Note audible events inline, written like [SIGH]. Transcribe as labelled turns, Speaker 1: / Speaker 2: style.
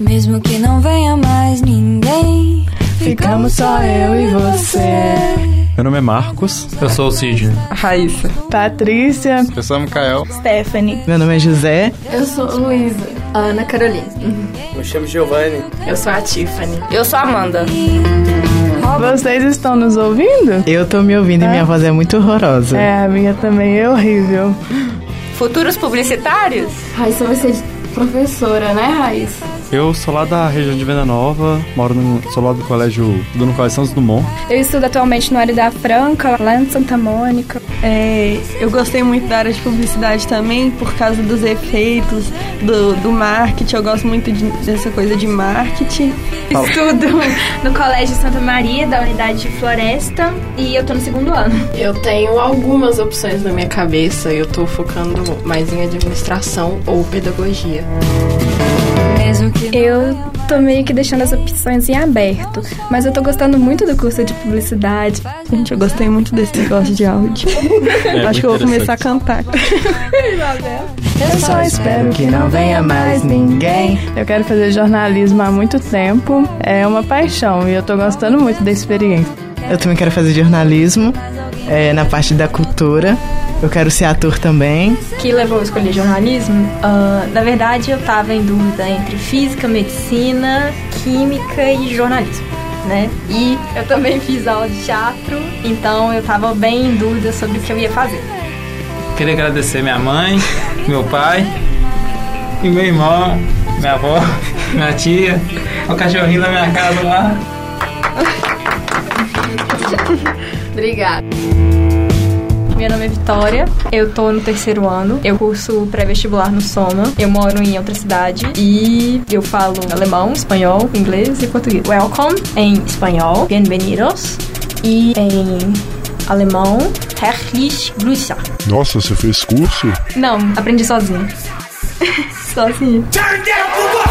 Speaker 1: Mesmo que não venha mais ninguém,
Speaker 2: Ficamos só eu e você.
Speaker 3: Meu nome é Marcos.
Speaker 4: Eu sou o Sidney.
Speaker 5: Raíssa.
Speaker 2: Patrícia.
Speaker 6: Eu sou o Mikael.
Speaker 7: Stephanie.
Speaker 5: Meu nome é José.
Speaker 8: Eu sou Luísa.
Speaker 9: Ana Carolina.
Speaker 10: Me chamo Giovanni.
Speaker 11: Uhum. Eu sou a Tiffany.
Speaker 12: Eu sou a Amanda.
Speaker 2: Vocês estão nos ouvindo?
Speaker 5: Eu tô me ouvindo é. e minha voz é muito horrorosa.
Speaker 2: É, a minha também é horrível.
Speaker 12: Futuros publicitários?
Speaker 8: Raíssa vai ser professora, né, Raíssa?
Speaker 3: Eu sou lá da região de Venda Nova, moro no, sou lá do colégio, do no colégio Santos Dumont.
Speaker 13: Eu estudo atualmente no área da Franca, lá em Santa Mônica.
Speaker 14: É, eu gostei muito da área de publicidade também, por causa dos efeitos, do, do marketing. Eu gosto muito de, dessa coisa de marketing.
Speaker 13: Fala. [LAUGHS] Estudo no colégio Santa Maria, da unidade de Floresta, e eu tô no segundo ano.
Speaker 11: Eu tenho algumas opções na minha cabeça, eu tô focando mais em administração ou pedagogia.
Speaker 13: Eu tô meio que deixando as opções em aberto, mas eu tô gostando muito do curso de publicidade.
Speaker 14: Gente, eu gostei muito desse negócio de áudio. É, Acho que eu vou começar a cantar.
Speaker 2: eu só espero que não venha mais ninguém. Eu quero fazer jornalismo há muito tempo. É uma paixão e eu tô gostando muito da experiência.
Speaker 5: Eu também quero fazer jornalismo é, na parte da cultura. Eu quero ser ator também.
Speaker 15: Que levou a escolher jornalismo? Uh, na verdade, eu estava em dúvida entre física, medicina, química e jornalismo. Né? E eu também fiz aula de teatro, então eu estava bem em dúvida sobre o que eu ia fazer.
Speaker 4: Queria agradecer minha mãe, meu pai, e meu irmão, minha avó, [LAUGHS] minha tia, o cachorrinho da minha casa lá.
Speaker 8: Obrigada.
Speaker 15: Meu nome é Vitória, eu tô no terceiro ano, eu curso pré-vestibular no Soma, eu moro em outra cidade e eu falo alemão, espanhol, inglês e português. Welcome em espanhol, bienvenidos, e em alemão, herzlich grüße.
Speaker 16: Nossa, você fez curso?
Speaker 15: [LAUGHS] Não, aprendi sozinho. sozinho. Turn down